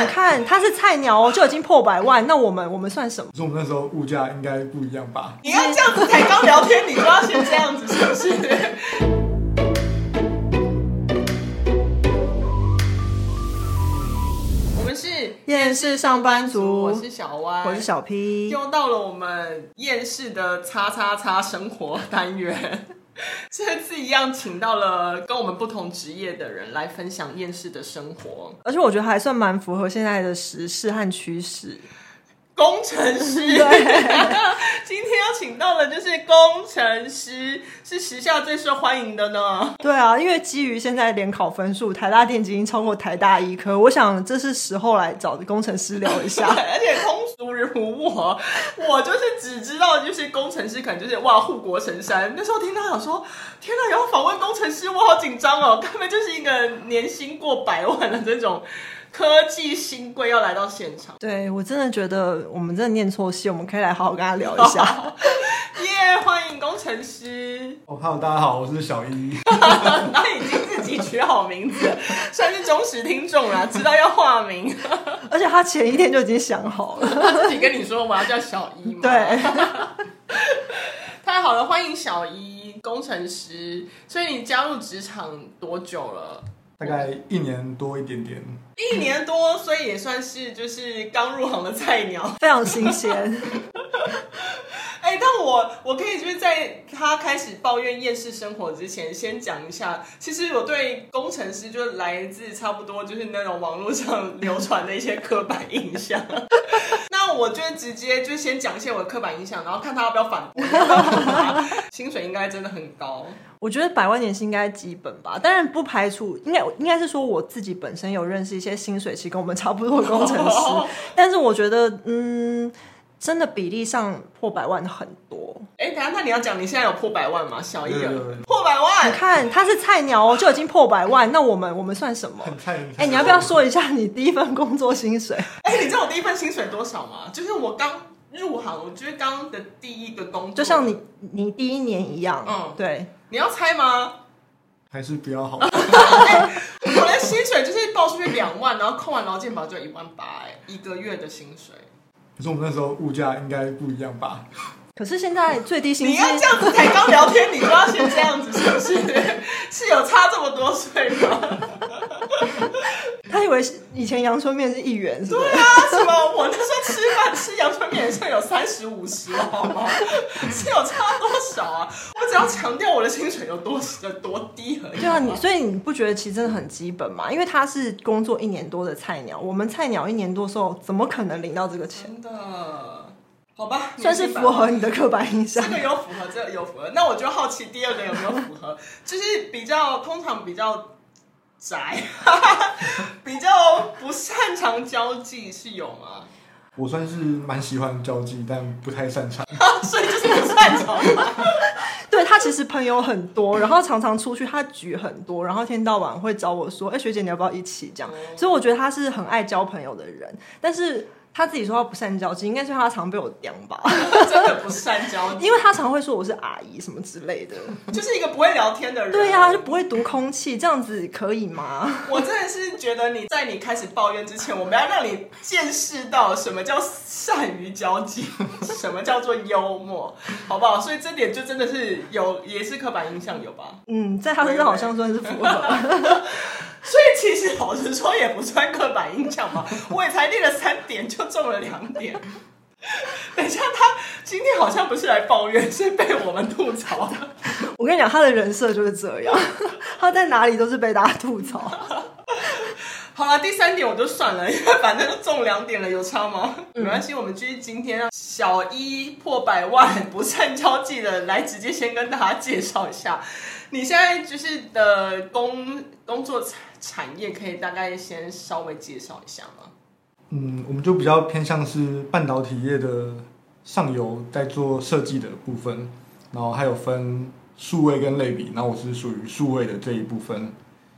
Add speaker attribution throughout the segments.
Speaker 1: 你看他是菜鸟哦，就已经破百万，那我们我们算什么？
Speaker 2: 可是我们那时候物价应该不一样吧？
Speaker 3: 你要这样子才刚聊天，你就要先这样子，是不是？我们是
Speaker 1: 厌世上班族，
Speaker 3: 我是小歪，
Speaker 1: 我是小 P，
Speaker 3: 又到了我们厌世的叉叉叉生活单元。 这次一样，请到了跟我们不同职业的人来分享厌世的生活。
Speaker 1: 而且我觉得还算蛮符合现在的时事和趋势。
Speaker 3: 工程师， 今天要请到的就是工程师，是时下最受欢迎的呢。
Speaker 1: 对啊，因为基于现在联考分数，台大电机已经超过台大医科，我想这是时候来找工程师聊一 下。
Speaker 3: 而且通俗如我，我就是只知道就是工程师，可能就是哇护国神山。那时候听到想说，天哪，然后访问工程师，我好紧张哦， 根本就是一个年薪过百万的这种科技新贵要来到现场。
Speaker 1: 对我真的觉得我们真的念错戏，我们可以来好好跟他聊一 下。
Speaker 3: 耶、欢迎工程师！
Speaker 2: 哦，Hello，大家好，我是小一。
Speaker 3: 他已经自己取好名字了，算是忠实听众啦，知道要化名。
Speaker 1: 而且他前一天就已经想好了。
Speaker 3: 他自己跟你说我要叫小一嘛？
Speaker 1: 对，
Speaker 3: 太好了，欢迎小一工程师。所以你加入职场多久了？
Speaker 2: 大概一年多一点点，
Speaker 3: 一年多，所以也算是就是刚入行的菜鸟。
Speaker 1: 非常新鲜。
Speaker 3: 哎、但我我可以就是在他开始抱怨厌世生活之前，先讲一下，其实我对工程师就是来自差不多就是那种网络上 流传的一些刻板印象。 那我就直接就先讲一些我的刻板印象，然后看他要不要反驳。 薪水应该真的很高，
Speaker 1: 我觉得百万年薪应该基本吧，当然不排除，应该应该是说我自己本身有认识一些薪水其实跟我们差不多的工程师，
Speaker 3: 哦
Speaker 1: 但是我觉得，嗯，真的比例上破百万很多。
Speaker 3: 哎、等一下，那你要讲你现在有破百万吗？小一
Speaker 2: 有有有
Speaker 3: 人破百万
Speaker 1: 你，看他是菜鸟哦，就已经破百万，那我们我们算什么？
Speaker 2: 很菜。
Speaker 1: 哎、你要不要？说一下你第一份工作薪水？
Speaker 3: 哎、你知道我第一份薪水多少吗？就是我刚入行，我就是刚的第一个工作，
Speaker 1: 就像你你第一年一样，
Speaker 3: 嗯
Speaker 1: 对，
Speaker 3: 你要猜吗？
Speaker 2: 还是比较好？
Speaker 3: 我的薪水就是报出去两万，然后扣完劳健保就一万八，哎，一个月的薪水。
Speaker 2: 可是我们那时候物价应该不一样吧？
Speaker 1: 可是现在最低薪
Speaker 3: 你
Speaker 1: 资
Speaker 3: 要这样子才刚聊天，你就要先这样子，是不 是？是有差这么多岁吗？
Speaker 1: 他以为是以前阳春面是一元，是不
Speaker 3: 对
Speaker 1: 是？
Speaker 3: 啊，什么？我那时候吃饭吃阳春面上有三十五十，好吗？是有差多少啊？我只要强调我的薪水有多有多低而已。
Speaker 1: 对啊，你所以你不觉得其实真的很基本嘛？因为他是工作一年多的菜鸟，我们菜鸟一年多的时候，怎么可能领到这个钱？
Speaker 3: 真的，好吧，
Speaker 1: 算是
Speaker 3: 你
Speaker 1: 符
Speaker 3: 吧
Speaker 1: 合你的刻板印象
Speaker 3: 这。个有符合，这个有符合。那我就好奇第二个有没有符合， 就是比较通常比较宅， 比较不擅长交际是有吗？
Speaker 2: 我算是蛮喜欢交际，但不太擅长。
Speaker 3: 所以就是不擅长。
Speaker 1: 对他其实朋友很多，然后常常出去，他局很多，然后一天到晚会找我说：“哎、学姐，你要不要一起？”这样，所以我觉得他是很爱交朋友的人，但是。他自己说他不善交际，应该是他常被我刁吧，
Speaker 3: 真的不善交际，
Speaker 1: 因为他常会说我是阿姨什么之类的。
Speaker 3: 就是一个不会聊天的人。
Speaker 1: 对呀、他就不会读空气，这样子可以吗？
Speaker 3: 我真的是觉得你在你开始抱怨之前，我们要让你见识到什么叫善于交际， 什么叫做幽默，好不好？所以这点就真的是有，也是刻板印象有吧？
Speaker 1: 嗯，在他身上好像算是符合。
Speaker 3: 所以其实老实说也不算刻板印象吧，我也才列了三点就中了两点。 等一下，他今天好像不是来抱怨，是被我们吐槽的。
Speaker 1: 我跟你讲，他的人设就是这样， 他在哪里都是被大家吐槽。
Speaker 3: 好了，第三点我就算了，因为反正都中两点了，有差吗？没关系，我们继续今天让小一破百万不善交际的来直接先跟大家介绍一下，你现在就是的工工作产产业可以大概先稍微介绍一下吗？
Speaker 2: 嗯，我们就比较偏向是半导体业的上游在做设计的部分，然后还有分数位跟类比，然后我是属于数位的这一部分。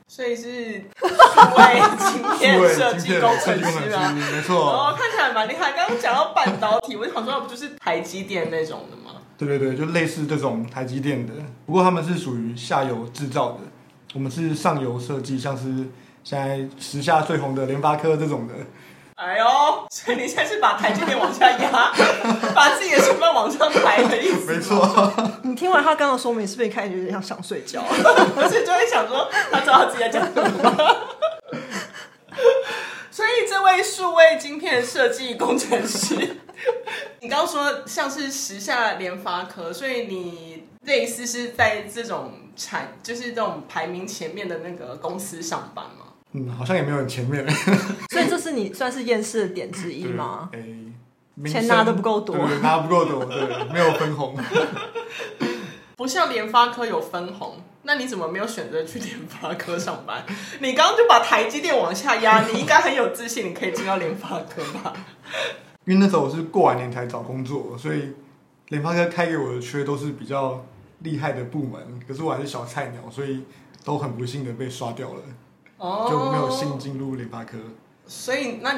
Speaker 3: 所以是对今
Speaker 2: 数
Speaker 3: 天
Speaker 2: 位
Speaker 3: 设
Speaker 2: 今
Speaker 3: 计
Speaker 2: 天
Speaker 3: 工
Speaker 2: 的设
Speaker 3: 程
Speaker 2: 计工程
Speaker 3: 师啊。
Speaker 2: 师，没
Speaker 3: 哦
Speaker 2: 错，，
Speaker 3: 看起来蛮厉害。刚刚讲到半导体，我就想说，那不就是台积电那种的吗？
Speaker 2: 对对对，就类似这种台积电的，不过他们是属于下游制造的，我们是上游设计，像是现在时下最红的联发科这种的，
Speaker 3: 哎呦，所以你现在是把台积电往下 压，把自己的成本往上抬的意思。
Speaker 2: 没错，
Speaker 1: 你听完他刚刚的说明，是不是一看就有点想想睡觉？
Speaker 3: 我是就会想说，他知道他自己在讲什么。所以这位数位晶片设计工程师，你刚刚说像是时下联发科，所以你类似是在这种产，就是这种排名前面的那个公司上班吗？
Speaker 2: 嗯，好像也没有很前面，
Speaker 1: 所以这是你算是厌世的点之一
Speaker 2: 对
Speaker 1: 吗？？
Speaker 2: 哎，
Speaker 1: 钱拿得不够多
Speaker 2: 名声对，拿得不够多，对，没有分红。
Speaker 3: 不像联发科有分红，那你怎么没有选择去联发科上班？你刚刚就把台积电往下压，你应该很有自信，你可以进到联发科吧？
Speaker 2: 因为那时候我是过完年才找工作，所以联发科开给我的缺都是比较厉害的部门，可是我还是小菜鸟，所以都很不幸的被刷掉了，
Speaker 3: 哦
Speaker 2: 就没有幸进入联发科。
Speaker 3: 所以那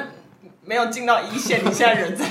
Speaker 3: 没有进到一线，你现在人在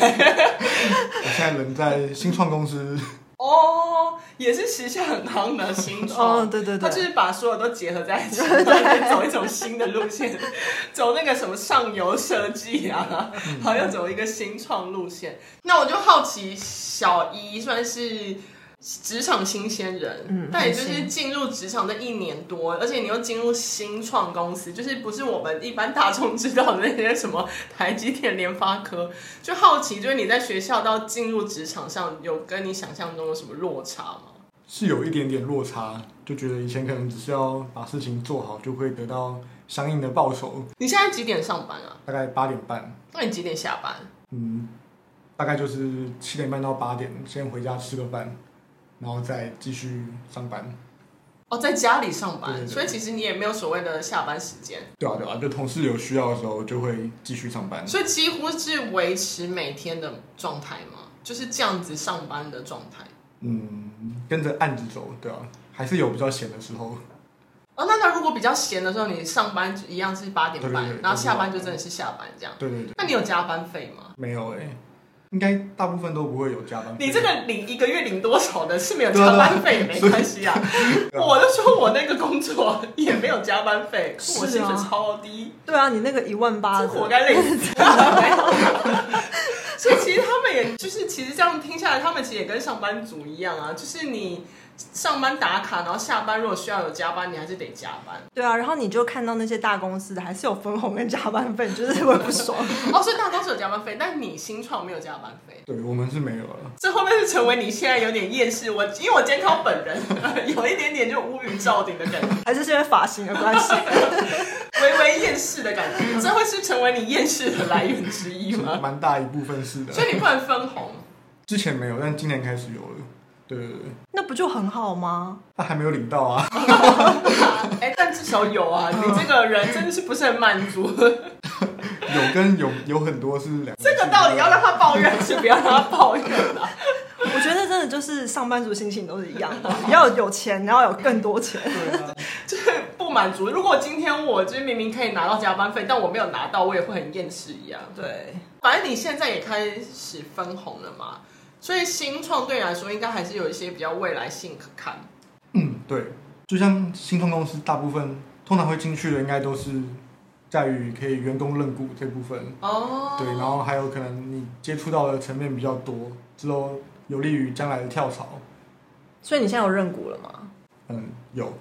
Speaker 2: 我现在人在新创公司，
Speaker 3: 哦，也是时下很夯的新创。
Speaker 1: 哦，对对
Speaker 3: 他就
Speaker 1: 对，
Speaker 3: 是把所有都结合在一起， 然后再走一种新的路线， 走那个什么上游设计啊，
Speaker 1: 嗯
Speaker 3: 然后又走一个新创路线。那我就好奇，小一算是职场新鲜人，
Speaker 1: 嗯
Speaker 3: 但也就
Speaker 1: 很
Speaker 3: 是
Speaker 1: 新
Speaker 3: 进入职场这一年多，而且你又进入新创公司，就是不是我们一般大众知道的那些什么台积电、联发科，就好奇，就是你在学校到进入职场上，有跟你想象中有什么落差吗？
Speaker 2: 是有一点点落差，就觉得以前可能只是要把事情做好就会得到相应的报酬，
Speaker 3: 你现在几点上班啊？
Speaker 2: 大概八点半，
Speaker 3: 那你几点下班？
Speaker 2: 嗯，大概就是七点半到八点，先回家吃个饭，然后再继续上班。
Speaker 3: 哦，在家里上班，
Speaker 2: 对对对
Speaker 3: 所以其实你也没有所谓的下班时间，
Speaker 2: 对啊，对啊，就同事有需要的时候就会继续上班。
Speaker 3: 所以几乎是维持每天的状态嘛，就是这样子上班的状态。
Speaker 2: 嗯，跟着案子走，对啊，还是有比较闲的时候。
Speaker 3: 哦，那那如果比较闲的时候，你上班一样是八点
Speaker 2: 对对
Speaker 3: 半，
Speaker 2: 对
Speaker 3: 然后下班就真的是下班这样。
Speaker 2: 对对对，
Speaker 3: 那你有加班费吗？
Speaker 2: 没有哎、应该大部分都不会有加班费。
Speaker 3: 你这个领一个月领多少的，是没有
Speaker 2: 对啊
Speaker 3: 加
Speaker 2: 对啊
Speaker 3: 班费也没关系啊。
Speaker 2: 对啊
Speaker 3: 我就说我那个工作也没有加班费，
Speaker 1: 是啊
Speaker 3: 我薪水超低，
Speaker 1: 对啊，你那个一万八
Speaker 3: 这
Speaker 1: 的，
Speaker 3: 活该累死。没有所以其实他们也就是，其实这样听下来，他们其实也跟上班族一样啊，就是你上班打卡，然后下班如果需要有加班，你还是得加班。
Speaker 1: 对啊，然后你就看到那些大公司的还是有分红跟加班费，你就是会不爽。
Speaker 3: 哦，所以大公司有加班费，但你新创没有加班费。
Speaker 2: 对我们是没有了。
Speaker 3: 这会不会是成为你现在有点厌世？我因为我今天看到本人，有一点点就乌云罩顶的感觉，
Speaker 1: 还是是因为发型的关系。
Speaker 3: 微微厌世的感觉，这会是成为你厌世的来源之一吗？
Speaker 2: 蛮大一部分是的
Speaker 3: 所，以你不能分红。
Speaker 2: 之前没有，但今年开始有了。对对对，
Speaker 1: 那不就很好吗？
Speaker 2: 但还没有领到啊。
Speaker 3: 哎、但至少有啊！你这个人真的是不是很满足？
Speaker 2: 有跟有有很多是两
Speaker 3: 这个到底要让他抱怨，还是不要让他抱怨啊？
Speaker 1: 我觉得真的就是上班族心情都是一样的，要有钱，然后有更多钱。
Speaker 2: 对啊，
Speaker 3: 就是不满足。如果今天我就是明明可以拿到加班费，但我没有拿到，我也会很厌世一样。
Speaker 1: 对，
Speaker 3: 反正你现在也开始分红了嘛，所以新创对你来说应该还是有一些比较未来性可看。
Speaker 2: 嗯，对，就像新创公司，大部分通常会进去的，应该都是在于可以员工认股这部分。
Speaker 3: 哦，
Speaker 2: 对，然后还有可能你接触到的层面比较多，之后有利于将来的跳槽。
Speaker 1: 所以你现在有认股了吗？
Speaker 2: 嗯，有。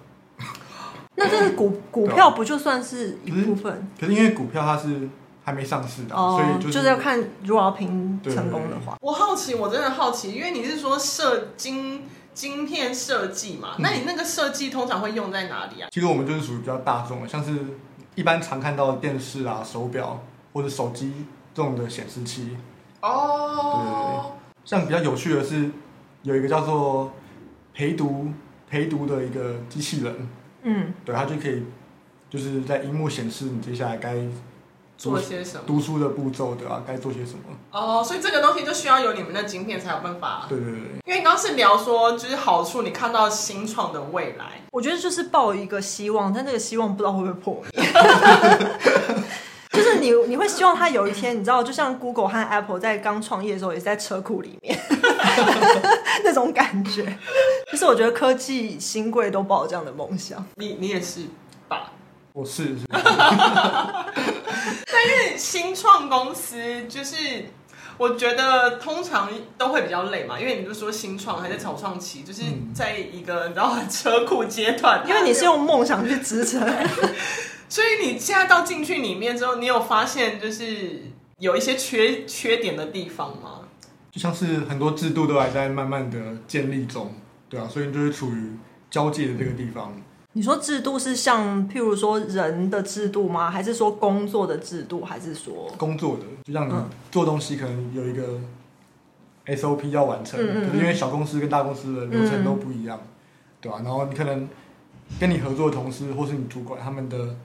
Speaker 1: 那这个股股
Speaker 2: 啊
Speaker 1: 票不就算是一部分？
Speaker 2: 可是因为股票它是还没上市的啊、所
Speaker 1: 哦，
Speaker 2: 以就是
Speaker 1: 要看如果要拼成功的话，
Speaker 3: 我好奇，我真的好奇，因为你是说设晶晶片设计嘛，那你那个设计通常会用在哪里啊？
Speaker 2: 其实我们就是属于比较大众的，像是一般常看到的电视啊、手表或者手机这种的显示器。
Speaker 3: 哦，
Speaker 2: 像比较有趣的是，有一个叫做陪读陪读的一个机器人，
Speaker 1: 嗯，
Speaker 2: 对，它就可以就是在荧幕显示你接下来该
Speaker 3: 做些什么？
Speaker 2: 读书的步骤，对吧、该做些什么？
Speaker 3: 哦，所以这个东西就需要有你们的晶片才有办法。
Speaker 2: 对对对对。
Speaker 3: 因为你刚刚是聊说，就是好处，你看到新创的未来。
Speaker 1: 我觉得就是抱一个希望，但这个希望不知道会不会 破灭。就是你，你会希望它有一天，你知道，就像 Google 和 Apple 在刚创业的时候，也是在车库里面 那种感觉。就是我觉得科技新贵都抱有这样的梦想。
Speaker 3: 你你也是吧？
Speaker 2: 我是是
Speaker 3: 新创公司就是。我觉得通常都会比较累嘛，因为你就说新创还在草创期，就是
Speaker 2: 嗯
Speaker 3: 在一个你知道车库阶段，
Speaker 1: 因为你是用梦想去支撑。
Speaker 3: 所以你现在到进去里面之后，你有发现就是有一些缺缺点的地方吗？
Speaker 2: 就像是很多制度都还在慢慢的建立中，对啊，所以就是处于交界的这个地方。
Speaker 1: 你说制度是像譬如说人的制度吗？还是说工作的制度？还是说
Speaker 2: 工作的，就让你
Speaker 1: 嗯
Speaker 2: 做东西可能有一个 SOP 要完
Speaker 1: 嗯
Speaker 2: 成，
Speaker 1: 嗯嗯嗯
Speaker 2: 可是因为小公司跟大公司的流程都不一样，对吧、啊然后你可能跟你合作的同事或是你主管他们的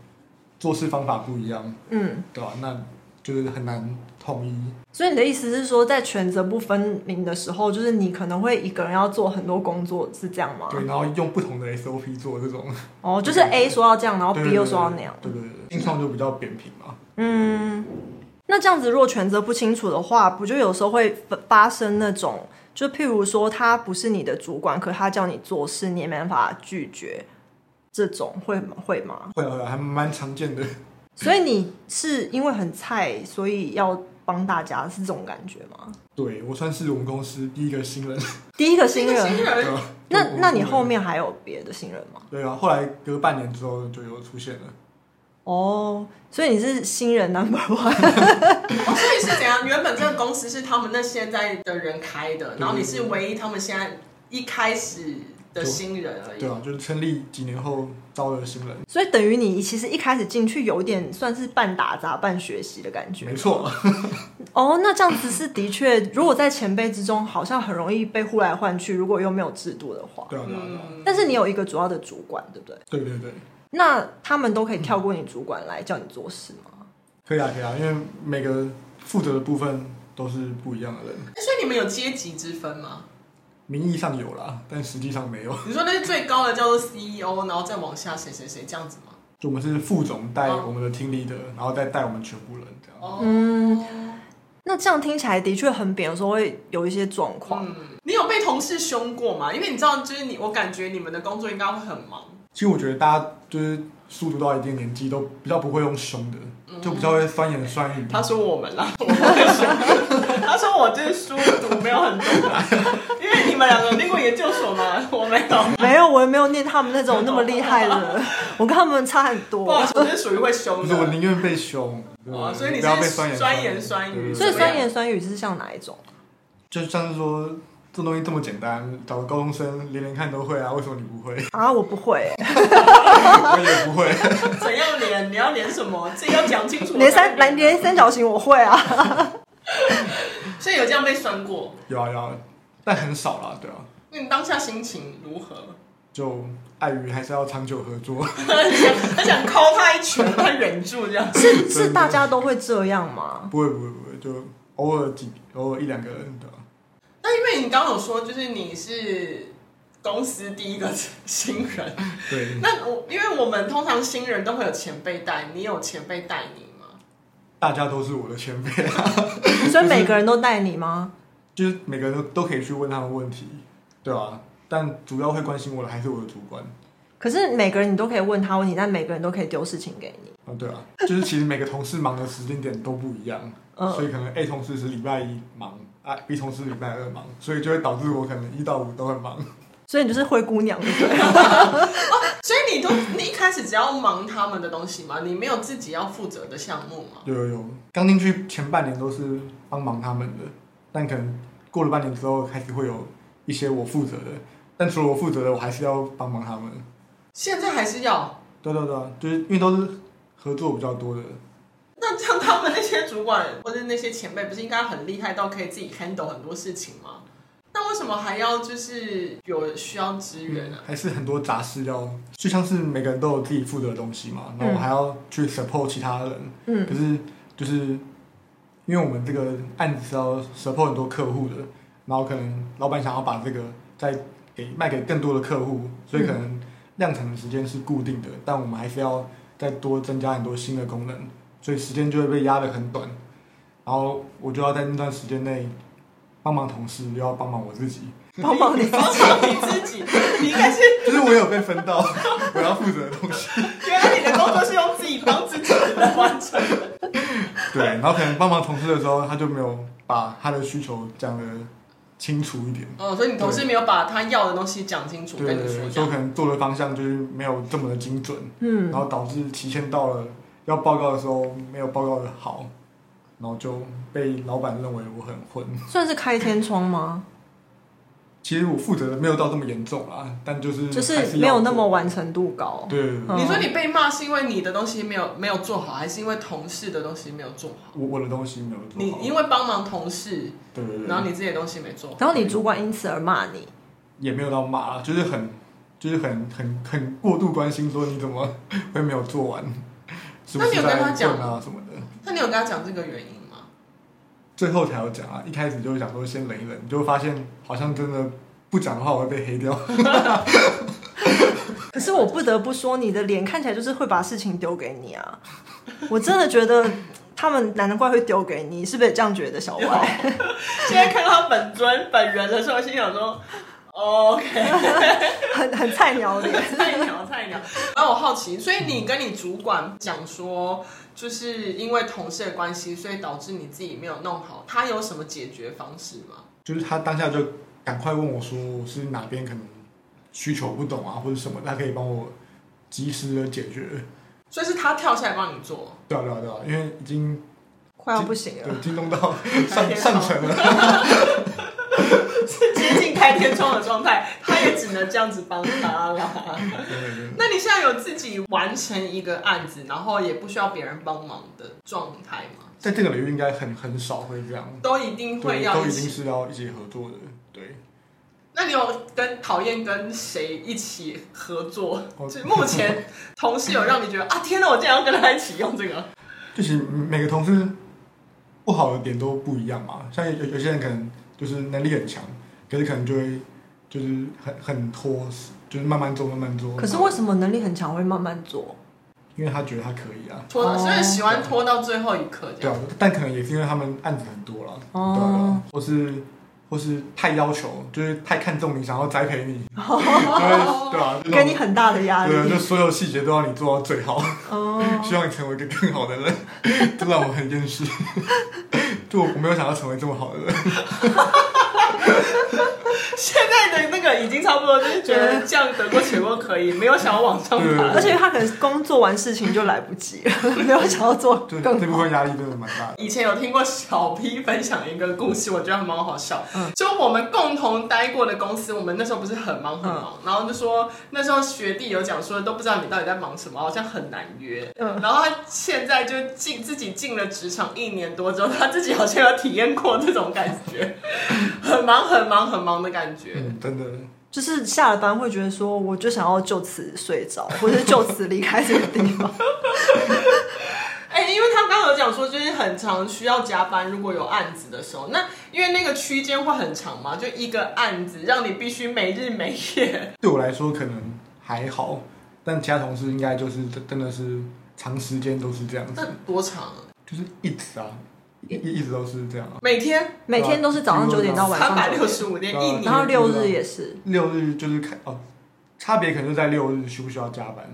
Speaker 2: 做事方法不一样，
Speaker 1: 嗯？
Speaker 2: 对吧、那就是很难统一。
Speaker 1: 所以你的意思是说，在权责不分明的时候，就是你可能会一个人要做很多工作，是这样吗？
Speaker 2: 对，然后用不同的 SOP 做这种，
Speaker 1: 哦，就是 A 说要这样，然后
Speaker 2: 对
Speaker 1: B 又说要那样。
Speaker 2: 对对对，对新创就比较扁平嘛。
Speaker 1: 嗯，那这样子，如果权责不清楚的话，不就有时候会发发生那种，就譬如说他不是你的主管，可他叫你做事，你也没办法拒绝，这种会吗会吗？
Speaker 2: 会啊会啊，还蛮常见的。
Speaker 1: 所以你是因为很菜，所以要帮大家，是这种感觉吗？
Speaker 2: 对我算是我们公司第一个新人。
Speaker 1: 第一个新
Speaker 3: 这个新
Speaker 1: 人，
Speaker 2: 对
Speaker 3: 人
Speaker 2: 啊
Speaker 1: 那
Speaker 2: 就我
Speaker 1: 那你后面还有别的新人吗？
Speaker 2: 对啊，后来隔半年之后就有出现了。
Speaker 1: 哦，所以你是新人 number one，
Speaker 3: 哦，所以是怎样？原本这个公司是他们那现在的人开的，然后你是唯一他们现在一开始的新人而已。
Speaker 2: 对啊，就是成立几年后招了新人，
Speaker 1: 所以等于你其实一开始进去有点算是半打杂、半学习的感觉
Speaker 2: 没。错，
Speaker 1: 哦，那这样子是的确，如果在前辈之中，好像很容易被呼来唤去，如果又没有制度的话。
Speaker 2: 对啊，对啊，对啊
Speaker 3: 嗯，
Speaker 1: 但是你有一个主要的主管，对不对？
Speaker 2: 对对对，
Speaker 1: 那他们都可以跳过你主管来叫你做事吗？
Speaker 2: 可以啊，可以啊，因为每个负责的部分都是不一样的人，
Speaker 3: 所以你们有阶级之分吗？
Speaker 2: 名义上有啦，但实际上没有，
Speaker 3: 你说那是最高的叫做 E CEO，然后再往下谁谁谁这样子吗？
Speaker 2: 就我们是副总带我们的听力的，然后再带我们全部人这样。
Speaker 3: 哦，
Speaker 1: 嗯那这样听起来的确很扁，有时候会有一些状况。
Speaker 3: 嗯，你有被同事凶过吗？因为你知道，就是你，我感觉你们的工作应该会很忙。
Speaker 2: 其实我觉得大家就是速度到一定年纪都比较不会用凶的，就比较会酸言酸语。
Speaker 3: 他说我们啦，我 不会凶他说我就是书读没有很多啦，因为你们两个有念过研究所吗？我没有。
Speaker 1: 没有，我也没有念他们那种那么厉 害的，我跟他们差很多。
Speaker 3: 不好意思，我是属于会
Speaker 2: 不
Speaker 3: 凶
Speaker 2: 是，我
Speaker 3: 的。
Speaker 2: 宁愿被凶，对
Speaker 3: 哦所以你是
Speaker 2: 不要被酸言
Speaker 3: 酸言酸语
Speaker 2: 对对对
Speaker 1: 所以
Speaker 3: 怎么样
Speaker 1: 酸言酸语是像哪一种？
Speaker 2: 就像是说这东西这么简单，找个高中生连连看都会啊，为什么你不会？
Speaker 1: 啊，我不会、
Speaker 2: 我也不会。
Speaker 3: 怎样连？你要连什么？自己要讲清楚。
Speaker 1: 连三连连三角形我会啊。
Speaker 3: 所以有这样被酸过。
Speaker 2: 有啊有啊，但很少啦，对啊，
Speaker 3: 那你当下心情如何？
Speaker 2: 就碍于还是要长久合作。
Speaker 3: 他想敲他一拳，他忍住这样。
Speaker 1: 是是大家都会这样 吗？
Speaker 2: 不会不会不会，就偶尔几偶尔一两个人对吧、啊
Speaker 3: 那因为你刚刚有说，就是你是公司第一个新人，
Speaker 2: 对，
Speaker 3: 那我因为我们通常新人都会有前辈带，你有前辈带你吗？
Speaker 2: 大家都是我的前辈 啊，
Speaker 1: 所以每个人都带你吗？
Speaker 2: 就是每个人都都可以去问他们问题，对吧、但主要会关心我的还是我的主管。
Speaker 1: 可是每个人你都可以问他问题，但每个人都可以丢事情给你。
Speaker 2: 啊，对啊，就是其实每个同事忙的时间点都不一样，
Speaker 1: 嗯
Speaker 2: 所以可能 A 同事是礼拜一忙，啊 B 同事礼拜二忙，所以就会导致我可能一到五都很忙。
Speaker 1: 所以你就是灰姑娘，对不对？
Speaker 3: 所以你都你一开始只要忙他们的东西吗？你没有自己要负责的项目吗？
Speaker 2: 有 有有，刚进去前半年都是帮忙他们的，但可能过了半年之后，开始会有一些我负责的，但除了我负责的，我还是要帮忙他们。
Speaker 3: 现在还是要。
Speaker 2: 对对对啊，就是因为都是合作比较多的，
Speaker 3: 那像他们那些主管或者那些前辈，不是应该很厉害到可以自己 handle 很多事情吗？那为什么还要就是有需要支援 啊？
Speaker 2: 嗯还是很多杂事要，就像是每个人都有自己负责的东西嘛，那我还要去 support 其他人。
Speaker 1: 嗯
Speaker 2: 可是就是因为我们这个案子是要 support 很多客户的，然后可能老板想要把这个再给卖给更多的客户，所以可能量产的时间是固定的，但我们还是要再多增加很多新的功能，所以时间就会被压得很短。然后我就要在那段时间内帮忙同事，又要帮忙我自己，
Speaker 1: 帮忙你自己。
Speaker 3: 你自己，你应该是
Speaker 2: 就是我有被分到 我要负责的东西，
Speaker 3: 原来你的工作是用自己帮自己来完成的。
Speaker 2: 对，然后可能帮忙同事的时候，他就没有把他的需求讲的清楚一点，
Speaker 3: 哦，所以你同事没有把他要的东西讲清楚，
Speaker 2: 对
Speaker 3: 跟
Speaker 2: 对
Speaker 3: 你说
Speaker 2: 对，
Speaker 3: 这
Speaker 2: 所
Speaker 3: 样
Speaker 2: 以我可能做的方向就是没有这么的精准，
Speaker 1: 嗯
Speaker 2: 然，后导致期限到了要报告的时候没有报告的好，然后就被老板认为我很混。
Speaker 1: 算是开天窗吗？
Speaker 2: 其实我负责的没有到这么严重啦，但就是
Speaker 1: 就
Speaker 2: 还
Speaker 1: 是
Speaker 2: 要
Speaker 1: 没有那么
Speaker 2: 做
Speaker 1: 完成度高。
Speaker 2: 对。对对
Speaker 1: 嗯
Speaker 3: 你说你被骂是因为你的东西没有没有做好，还是因为同事的东西没有做好？
Speaker 2: 我我的东西没有做好，
Speaker 3: 你因为帮忙同事，
Speaker 2: 对对对，
Speaker 3: 然后你自己的东西没做好。
Speaker 1: 然后你主管因此而骂你，
Speaker 2: 也没有到骂啦，就是很就是很很很过度关心，说你怎么会没有做完，是不
Speaker 3: 那你
Speaker 2: 是
Speaker 3: 有跟
Speaker 2: 在
Speaker 3: 他讲
Speaker 2: 混啊什么的。
Speaker 3: 那你有跟他讲这个原因吗？
Speaker 2: 最后才有讲啊，一开始就是想说先忍一忍，就发现好像真的不讲的话我会被黑掉。
Speaker 1: 可是我不得不说，你的脸看起来就是会把事情丢给你啊！我真的觉得他们难怪会丢给你，是不是也这样觉得，小歪？
Speaker 3: 现在看到本尊本人的时候，心想说。哦 OK，
Speaker 1: 很很菜鸟脸。
Speaker 3: 菜鸟菜鸟。然后我好奇，所以你跟你主管讲说，就是因为同事的关系，所以导致你自己没有弄好，他有什么解决方式吗？
Speaker 2: 就是他当下就赶快问我说我是哪边可能需求不懂啊或者什么，他可以帮我及时的解决。
Speaker 3: 所以是他跳下来帮你做，
Speaker 2: 对啊对啊对啊，因为已经
Speaker 1: 快要不行了
Speaker 2: 对，惊动到
Speaker 3: 开
Speaker 2: 上
Speaker 3: 天
Speaker 2: 上
Speaker 3: 窗
Speaker 2: 层了。
Speaker 3: 是接近开天窗的状态，他也只能这样子帮他啦。
Speaker 2: 对对对
Speaker 3: 那你现在有自己完成一个案子，然后也不需要别人帮忙的状态吗？
Speaker 2: 在这个领域应该很很少会这样，
Speaker 3: 都一定会
Speaker 2: 对，
Speaker 3: 要
Speaker 2: 都
Speaker 3: 一
Speaker 2: 一
Speaker 3: 起
Speaker 2: 定是要一起合作的。对，
Speaker 3: 那你有跟讨厌跟谁一起合作？
Speaker 2: 哦
Speaker 3: 就目前同事有让你觉得啊，天哪，我竟然要跟他一起用这个，
Speaker 2: 就是每个同事不好的点都不一样嘛。像有有些人可能就是能力很强，可是可能就会就是很很拖，就是慢慢做慢慢做。
Speaker 1: 可是为什么能力很强会慢慢做？
Speaker 2: 因为他觉得他可以啊。
Speaker 3: 拖
Speaker 1: 哦
Speaker 3: 到，所以喜欢拖到最后一刻这
Speaker 2: 对
Speaker 3: 样。
Speaker 2: 啊，但可能也是因为他们案子很多了，
Speaker 1: 哦
Speaker 2: 对啊对啊，或是或是太要求，就是太看重你，想要栽培你， 就是对啊，
Speaker 1: 给
Speaker 2: 就那种
Speaker 1: 哦你很大的压
Speaker 2: 对啊，
Speaker 1: 力
Speaker 2: 就所有细节都要你做到最好，
Speaker 1: 哦。
Speaker 2: 希望你成为一个更好的人， 这让我很厌世。 就我没有想要成为这么好的人，
Speaker 3: 现在的那个已经差不多，就是觉得这样得过且过可以，没有想要往上
Speaker 2: 对
Speaker 3: 爬
Speaker 2: 对
Speaker 1: 而。且他可能工作完事情就来不及了， 没有想要做
Speaker 2: 对，
Speaker 1: 更
Speaker 2: 这部
Speaker 1: 好。
Speaker 2: 分压力真的蛮大的。
Speaker 3: 以前有听过小 P 分享一个故事，我觉得还蛮好笑。
Speaker 1: 嗯
Speaker 3: 就我们共同待过的公司，我们那时候不是很忙很忙，
Speaker 1: 嗯
Speaker 3: 然后就说那时候学弟有讲说都不知道你到底在忙什么，好像很难约。
Speaker 1: 嗯
Speaker 3: 然后他现在就进自己进了职场一年多之后，他自己好像有体验过这种感觉， 很忙很忙很忙的感觉。
Speaker 2: 嗯，真的，
Speaker 1: 就是下了班会觉得说，我就想要就此睡着，或者就此离开这个地 方。
Speaker 3: 哎、因为他刚刚有讲说，就是很常需要加班，如果有案子的时候，那因为那个区间会很长嘛，就一个案子让你必须没日没夜。
Speaker 2: 对我来说可能还好，但其他同事应该就是真真的是长时间都是这样
Speaker 3: 那
Speaker 2: 子，
Speaker 3: 多长啊？
Speaker 2: 就是一直啊，一一直都是这样啊。
Speaker 3: 每天
Speaker 1: 每天都是早上九点到晚
Speaker 3: 三
Speaker 1: 上
Speaker 3: 百
Speaker 1: 九
Speaker 3: 六
Speaker 1: 点，
Speaker 3: 十五天，
Speaker 2: 对啊
Speaker 3: 一
Speaker 1: 然后
Speaker 3: 年。
Speaker 1: 六日也是。
Speaker 2: 六日就是看哦，差别可能就在六日需不需要加班，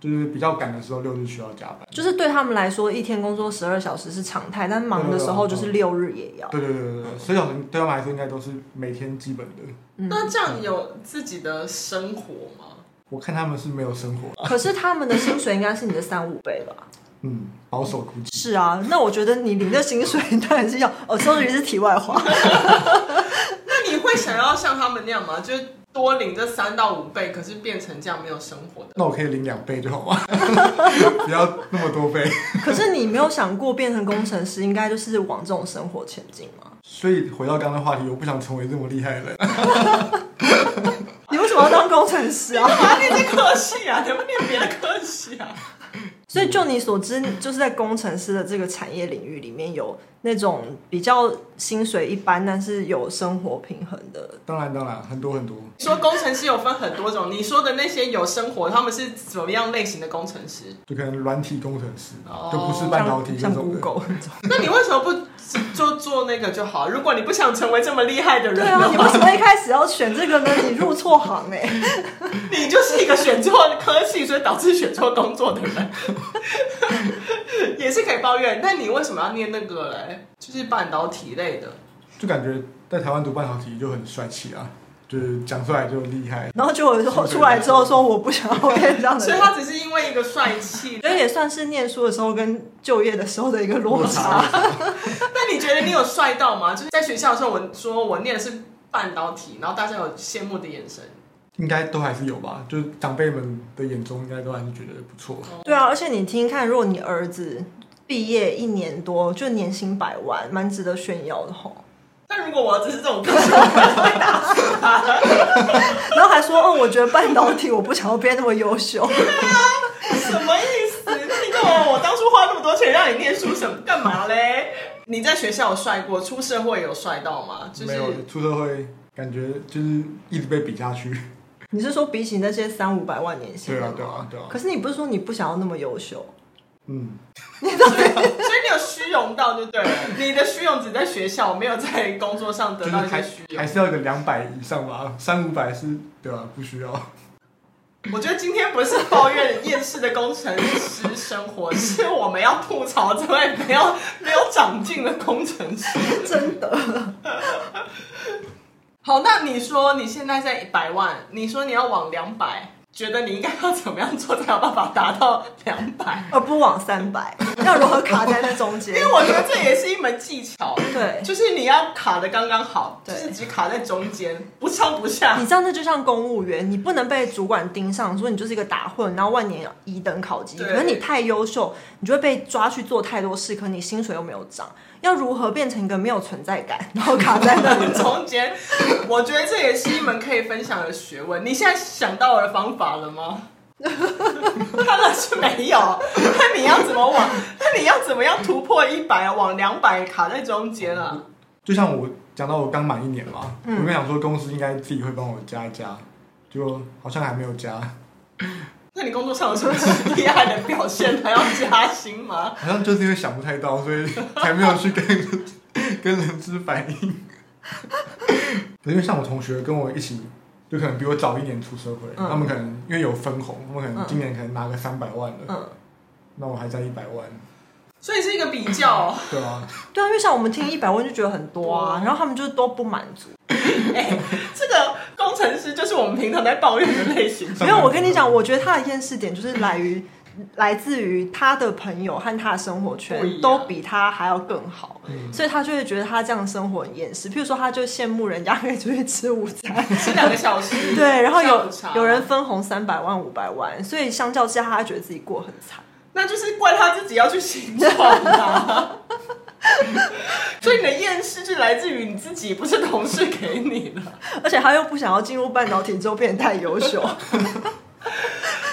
Speaker 2: 就是比较赶的时候六日需要加班。
Speaker 1: 就是对他们来说，一天工作十二小时是常态，但忙的时候
Speaker 2: 嗯
Speaker 1: 就是六日也要。
Speaker 2: 对对对对对，所以小陈对他们来说应该都是每天基本的。
Speaker 1: 嗯，
Speaker 3: 那这样有自己的生活吗？
Speaker 2: 我看他们是没有生活，
Speaker 1: 可是他们的薪水应该是你的三五倍吧？
Speaker 2: 嗯，保守估计。
Speaker 1: 是啊，那我觉得你领的薪水当然是要哦，收入是题外话。
Speaker 3: 那你会想要像他们那样吗？ 就是多领这三到五倍，可是变成这样没有生活的。
Speaker 2: 那我可以领两倍就好吗？ 不要那么多倍。
Speaker 1: 可是你没有想过变成工程师，应该就是往这种生活前进吗？
Speaker 2: 所以回到刚刚的话题，我不想成为这么厉害的人。
Speaker 1: 你为什么要当工程师 啊？
Speaker 3: 啊，念这科系啊，你 们念别的科系啊？
Speaker 1: 所以就你所知，就是在工程师的这个产业领域里面，有那种比较薪水一般，但是有生活平衡的。
Speaker 2: 当然当然，很多很多。
Speaker 3: 说工程师有分很多种，你说的那些有生活，他们是怎么样类型的工程师？
Speaker 2: 就可能软体工程师，
Speaker 3: 哦
Speaker 2: 就不是半导体
Speaker 1: 像像
Speaker 2: 那种的。
Speaker 1: Google 那种，
Speaker 3: 那你为什么不就做那个就好。如果你不想成为这么厉害的人
Speaker 1: 对
Speaker 3: 的
Speaker 1: 啊，你
Speaker 3: 话，
Speaker 1: 为什么一开始要选这个呢？你入错行哎、
Speaker 3: 你就是一个选错科系，所以导致选错工作的人，也是可以抱怨。那你为什么要念那个嘞？就是半导体类的，
Speaker 2: 就感觉在台湾读半导体就很帅气啊，就是讲出来就厉害。
Speaker 1: 然后就我说出来之后说我不想要变这样的
Speaker 3: 所以
Speaker 1: 人。
Speaker 3: 他只是因为一个帅气
Speaker 1: 我。觉得也算是念书的时候跟就业的时候的一个落差。
Speaker 3: 那你觉得你有帅到吗？就是在学校的时候，我说我念的是半导体，然后大家有羡慕的眼神。
Speaker 2: 应该都还是有吧，就是长辈们的眼中应该都还是觉得不错。
Speaker 3: 哦
Speaker 1: 对啊，而且你听听看，如果你儿子毕业一年多就年薪百万，蛮值得炫耀的吼。
Speaker 3: 但如果我儿子是这种 个性，我会打死他。
Speaker 1: 然后还说，哦，我觉得半导体我不想要变那么优秀。
Speaker 3: 什么意思？那你干嘛？我当初花那么多钱让你念书，什么干嘛嘞？你在学校有帅过，出社会有帅到吗？就是
Speaker 2: 没有出社会，感觉就是一直被比 下去。
Speaker 1: 你是说比起那些三五百万年薪
Speaker 2: 对
Speaker 1: 的
Speaker 2: 啊
Speaker 1: 吗，
Speaker 2: 对啊，对啊。
Speaker 1: 可是你不是说你不想要那么优秀？
Speaker 2: 嗯，
Speaker 3: 所以你有虚荣到就对了，你的虚荣只在学校，没有在工作上
Speaker 2: 就
Speaker 3: 得
Speaker 2: 是
Speaker 3: 到一
Speaker 2: 还
Speaker 3: 些虚
Speaker 2: 还
Speaker 3: 荣。
Speaker 2: 是要一个两百以上吧，三五百是对啊，不需要。
Speaker 3: 我觉得今天不是抱怨厌世的工程师生活，是我们要吐槽这位没有没有长进的工程师。
Speaker 1: 真的，
Speaker 3: 好，那你说你现在在一百万，你说你要往两百，觉得你应该要怎么样做才有办法达到两百？
Speaker 1: 而哦不往三百，要如何卡在那中间
Speaker 3: 因？为我觉得这也是一门技巧，
Speaker 1: 对，
Speaker 3: 就是你要卡的刚刚好，就
Speaker 1: 对
Speaker 3: 是只卡在中间，不上不下
Speaker 1: 你。知道，那就像公务员，你不能被主管盯上，说你就是一个打混，然后万年一等考级。
Speaker 3: 对
Speaker 1: 可是你太优秀，你就会被抓去做太多事，可你薪水又没有涨。要如何变成一个没有存在感，然后卡在那里？
Speaker 3: 中间，我觉得这也是一门可以分享的学问。你现在想到我的方法了吗？ 当然是没有。那你要怎么往？那你要怎么样突破一百，啊往两百卡在中间啊？
Speaker 2: 就像我讲到我刚满一年嘛，
Speaker 1: 嗯
Speaker 2: 我原想说公司应该自己会帮我加一加，就好像还没有加，
Speaker 3: 那你工作上有什么厉害的表现，还要加薪吗？
Speaker 2: 好像就是因为想不太到，所以才没有去跟 跟人资反映。可是因为像我同学跟我一起，就可能比我早一年出社会，
Speaker 1: 嗯
Speaker 2: 他们可能因为有分红，他们可
Speaker 1: 嗯
Speaker 2: 能今年可能拿个三百万了，
Speaker 1: 嗯，
Speaker 2: 那我还在一百万，
Speaker 3: 所以是一个比较。
Speaker 2: 对啊，
Speaker 1: 对啊，因为像我们听一百问就觉得很多啊，
Speaker 3: 多
Speaker 1: 然后他们就都不满足。
Speaker 3: 哎、这个工程师就是我们平常在抱怨的类型。
Speaker 2: 上
Speaker 1: 没有，
Speaker 2: 班
Speaker 1: 我跟你讲，我觉得他的厌世点就是来于来自于他的朋友和他的生活
Speaker 3: 不一
Speaker 1: 圈
Speaker 3: 样
Speaker 1: 都比他还要更好。
Speaker 2: 嗯
Speaker 1: 所以他就会觉得他这样生活很厌世，譬如说，他就羡慕人家可以出去吃午餐，
Speaker 3: 吃两个小时。
Speaker 1: 对，然后
Speaker 3: 下
Speaker 1: 有
Speaker 3: 午茶
Speaker 1: 有人分红三百万、五百万，所以相较之下，他觉得自己过很惨。
Speaker 3: 那就是怪他自己要去行创啦。 所以你的厌世是来自于你自己，不是同事给你的。
Speaker 1: 而且他又不想要进入半导体之后变得太优秀，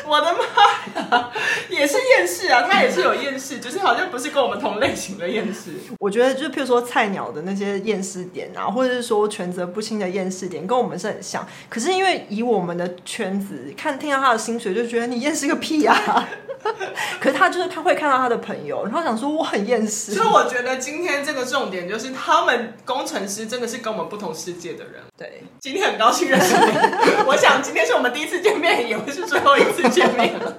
Speaker 3: 我的妈呀，也是厌世啊，他也是有厌世，就是好像不是跟我们同类型的厌世。
Speaker 1: 我觉得就譬如说菜鸟的那些厌世点啊，或者是说权责不清的厌世点，跟我们是很像。可是因为以我们的圈子看，听到他的薪水就觉得你厌世个屁啊！ 可是他就是他会看到他的朋友，然后想说我很厌世，
Speaker 3: 所以我觉得今天这个重点就是，他们工程师真的是跟我们不同世界的人。
Speaker 1: 对。
Speaker 3: 今天很高兴认识你，我想今天是我们第一次见面，也不是最后一次见面了。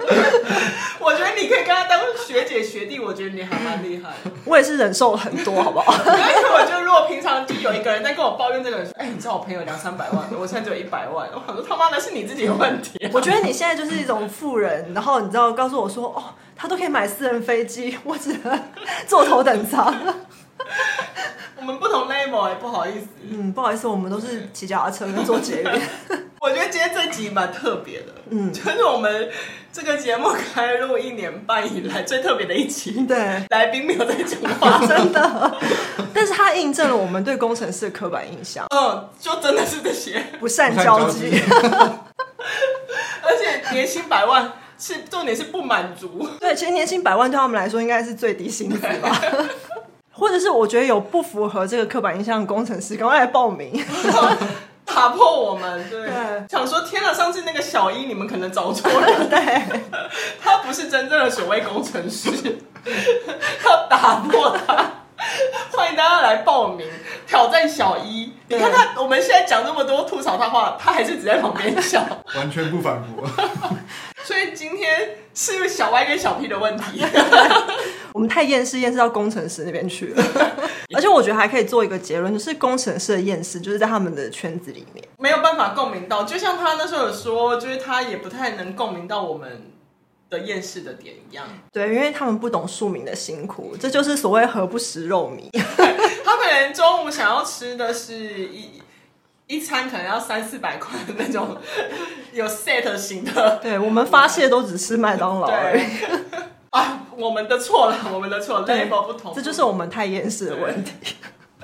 Speaker 3: 我觉得你可以跟他当学姐学弟，我觉得你还蛮厉害的。
Speaker 1: 我也是忍受了很多，好不好？
Speaker 3: 而且我就如果平常就有一个人在跟我抱怨这个人说，哎、你知道我朋友两三百万，我现在只有一百万，我想说他妈的是你自己的问题、
Speaker 1: 我觉得你现在就是一种富人，然后你知道告诉我说，哦，他都可以买私人飞机， 我只能坐头等舱。
Speaker 3: 我们不同 level 哎、不好意思。
Speaker 1: 嗯，不好意思，我们都是骑脚踏车跟坐捷运。
Speaker 3: 我觉得今天这集蛮特别的，
Speaker 1: 嗯
Speaker 3: 就是我们这个节目开录一年半以来最特别的一集，
Speaker 1: 对，
Speaker 3: 来宾没有在讲话。
Speaker 1: 真的。但是它印证了我们对工程师的刻板印象，
Speaker 3: 嗯，就真的是这些，
Speaker 1: 不善交
Speaker 2: 不善
Speaker 1: 际
Speaker 2: 交。
Speaker 3: 而且年薪百万是重点是不满足，
Speaker 1: 对，其实年薪百万对他们来说应该是最低薪资吧。 或者是我觉得有不符合这个刻板印象的工程师，赶快来报名。
Speaker 3: 打破我们对
Speaker 1: 对
Speaker 3: 想说天哪，啊上次那个小一你们可能找错人，
Speaker 1: 对，
Speaker 3: 他不是 真正的所谓工程师，要打破他。欢迎大家来报名挑战小一。你看他，我们现在讲那么多吐槽他话，他还是只在旁边笑。
Speaker 2: 完全不反驳。
Speaker 3: 所以今天是不是小 Y 跟小 P 的问题？
Speaker 1: 我们太厌世，厌世到工程师那边去了。 而且我觉得还可以做一个结论，就是工程师的厌世就是在他们的圈子里面。
Speaker 3: 没有办法共鸣到，就像他那时候有说，就是他也不太能共鸣到我们的厌世的点一样。
Speaker 1: 对，因为他们不懂庶民的辛苦，这就是所谓“何不食肉糜
Speaker 3: 他可能中午想要吃的是一一餐可能要三四百块的那种有 set 型”。的，
Speaker 1: 对我们发泄都只吃麦当劳而已，
Speaker 3: 对啊，我们的错了，我们的错
Speaker 1: 对
Speaker 3: ，level 不同，
Speaker 1: 这就是我们太厌世的问题。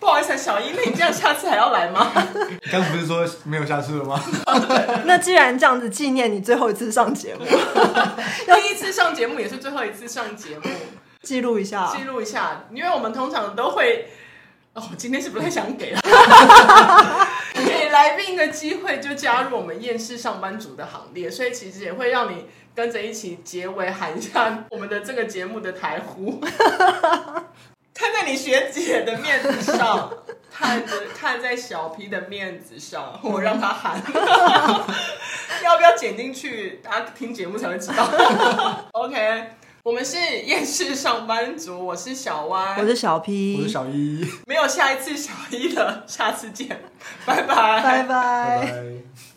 Speaker 3: 不好意思啊，小英，那你这样下次还要来吗？
Speaker 2: 你刚不是说没有下次了吗？
Speaker 1: 嗯那既然这样子纪念你最后一次上节目，
Speaker 3: 第一次上节目也是最后一次上节目，
Speaker 1: 记录一下
Speaker 3: 记。录一下，因为我们通常都会，哦，今天是不太想 给了，给来宾一个机会就加入我们厌世上班族的行列，所以其实也会让你跟着一起结尾喊一下我们的这个节目的台呼， 看在你学姐的面子上。看着看在小 P 的面子上，我让他 喊，要不要剪进去？大家听节目才会知道。OK，我们是厌世上班族，我是小歪，
Speaker 1: 我是小
Speaker 2: 我
Speaker 1: P，
Speaker 2: 是小一，
Speaker 3: 没有下一次小一了，下次见，拜拜，
Speaker 1: 拜
Speaker 2: 拜
Speaker 1: 拜。
Speaker 2: 拜。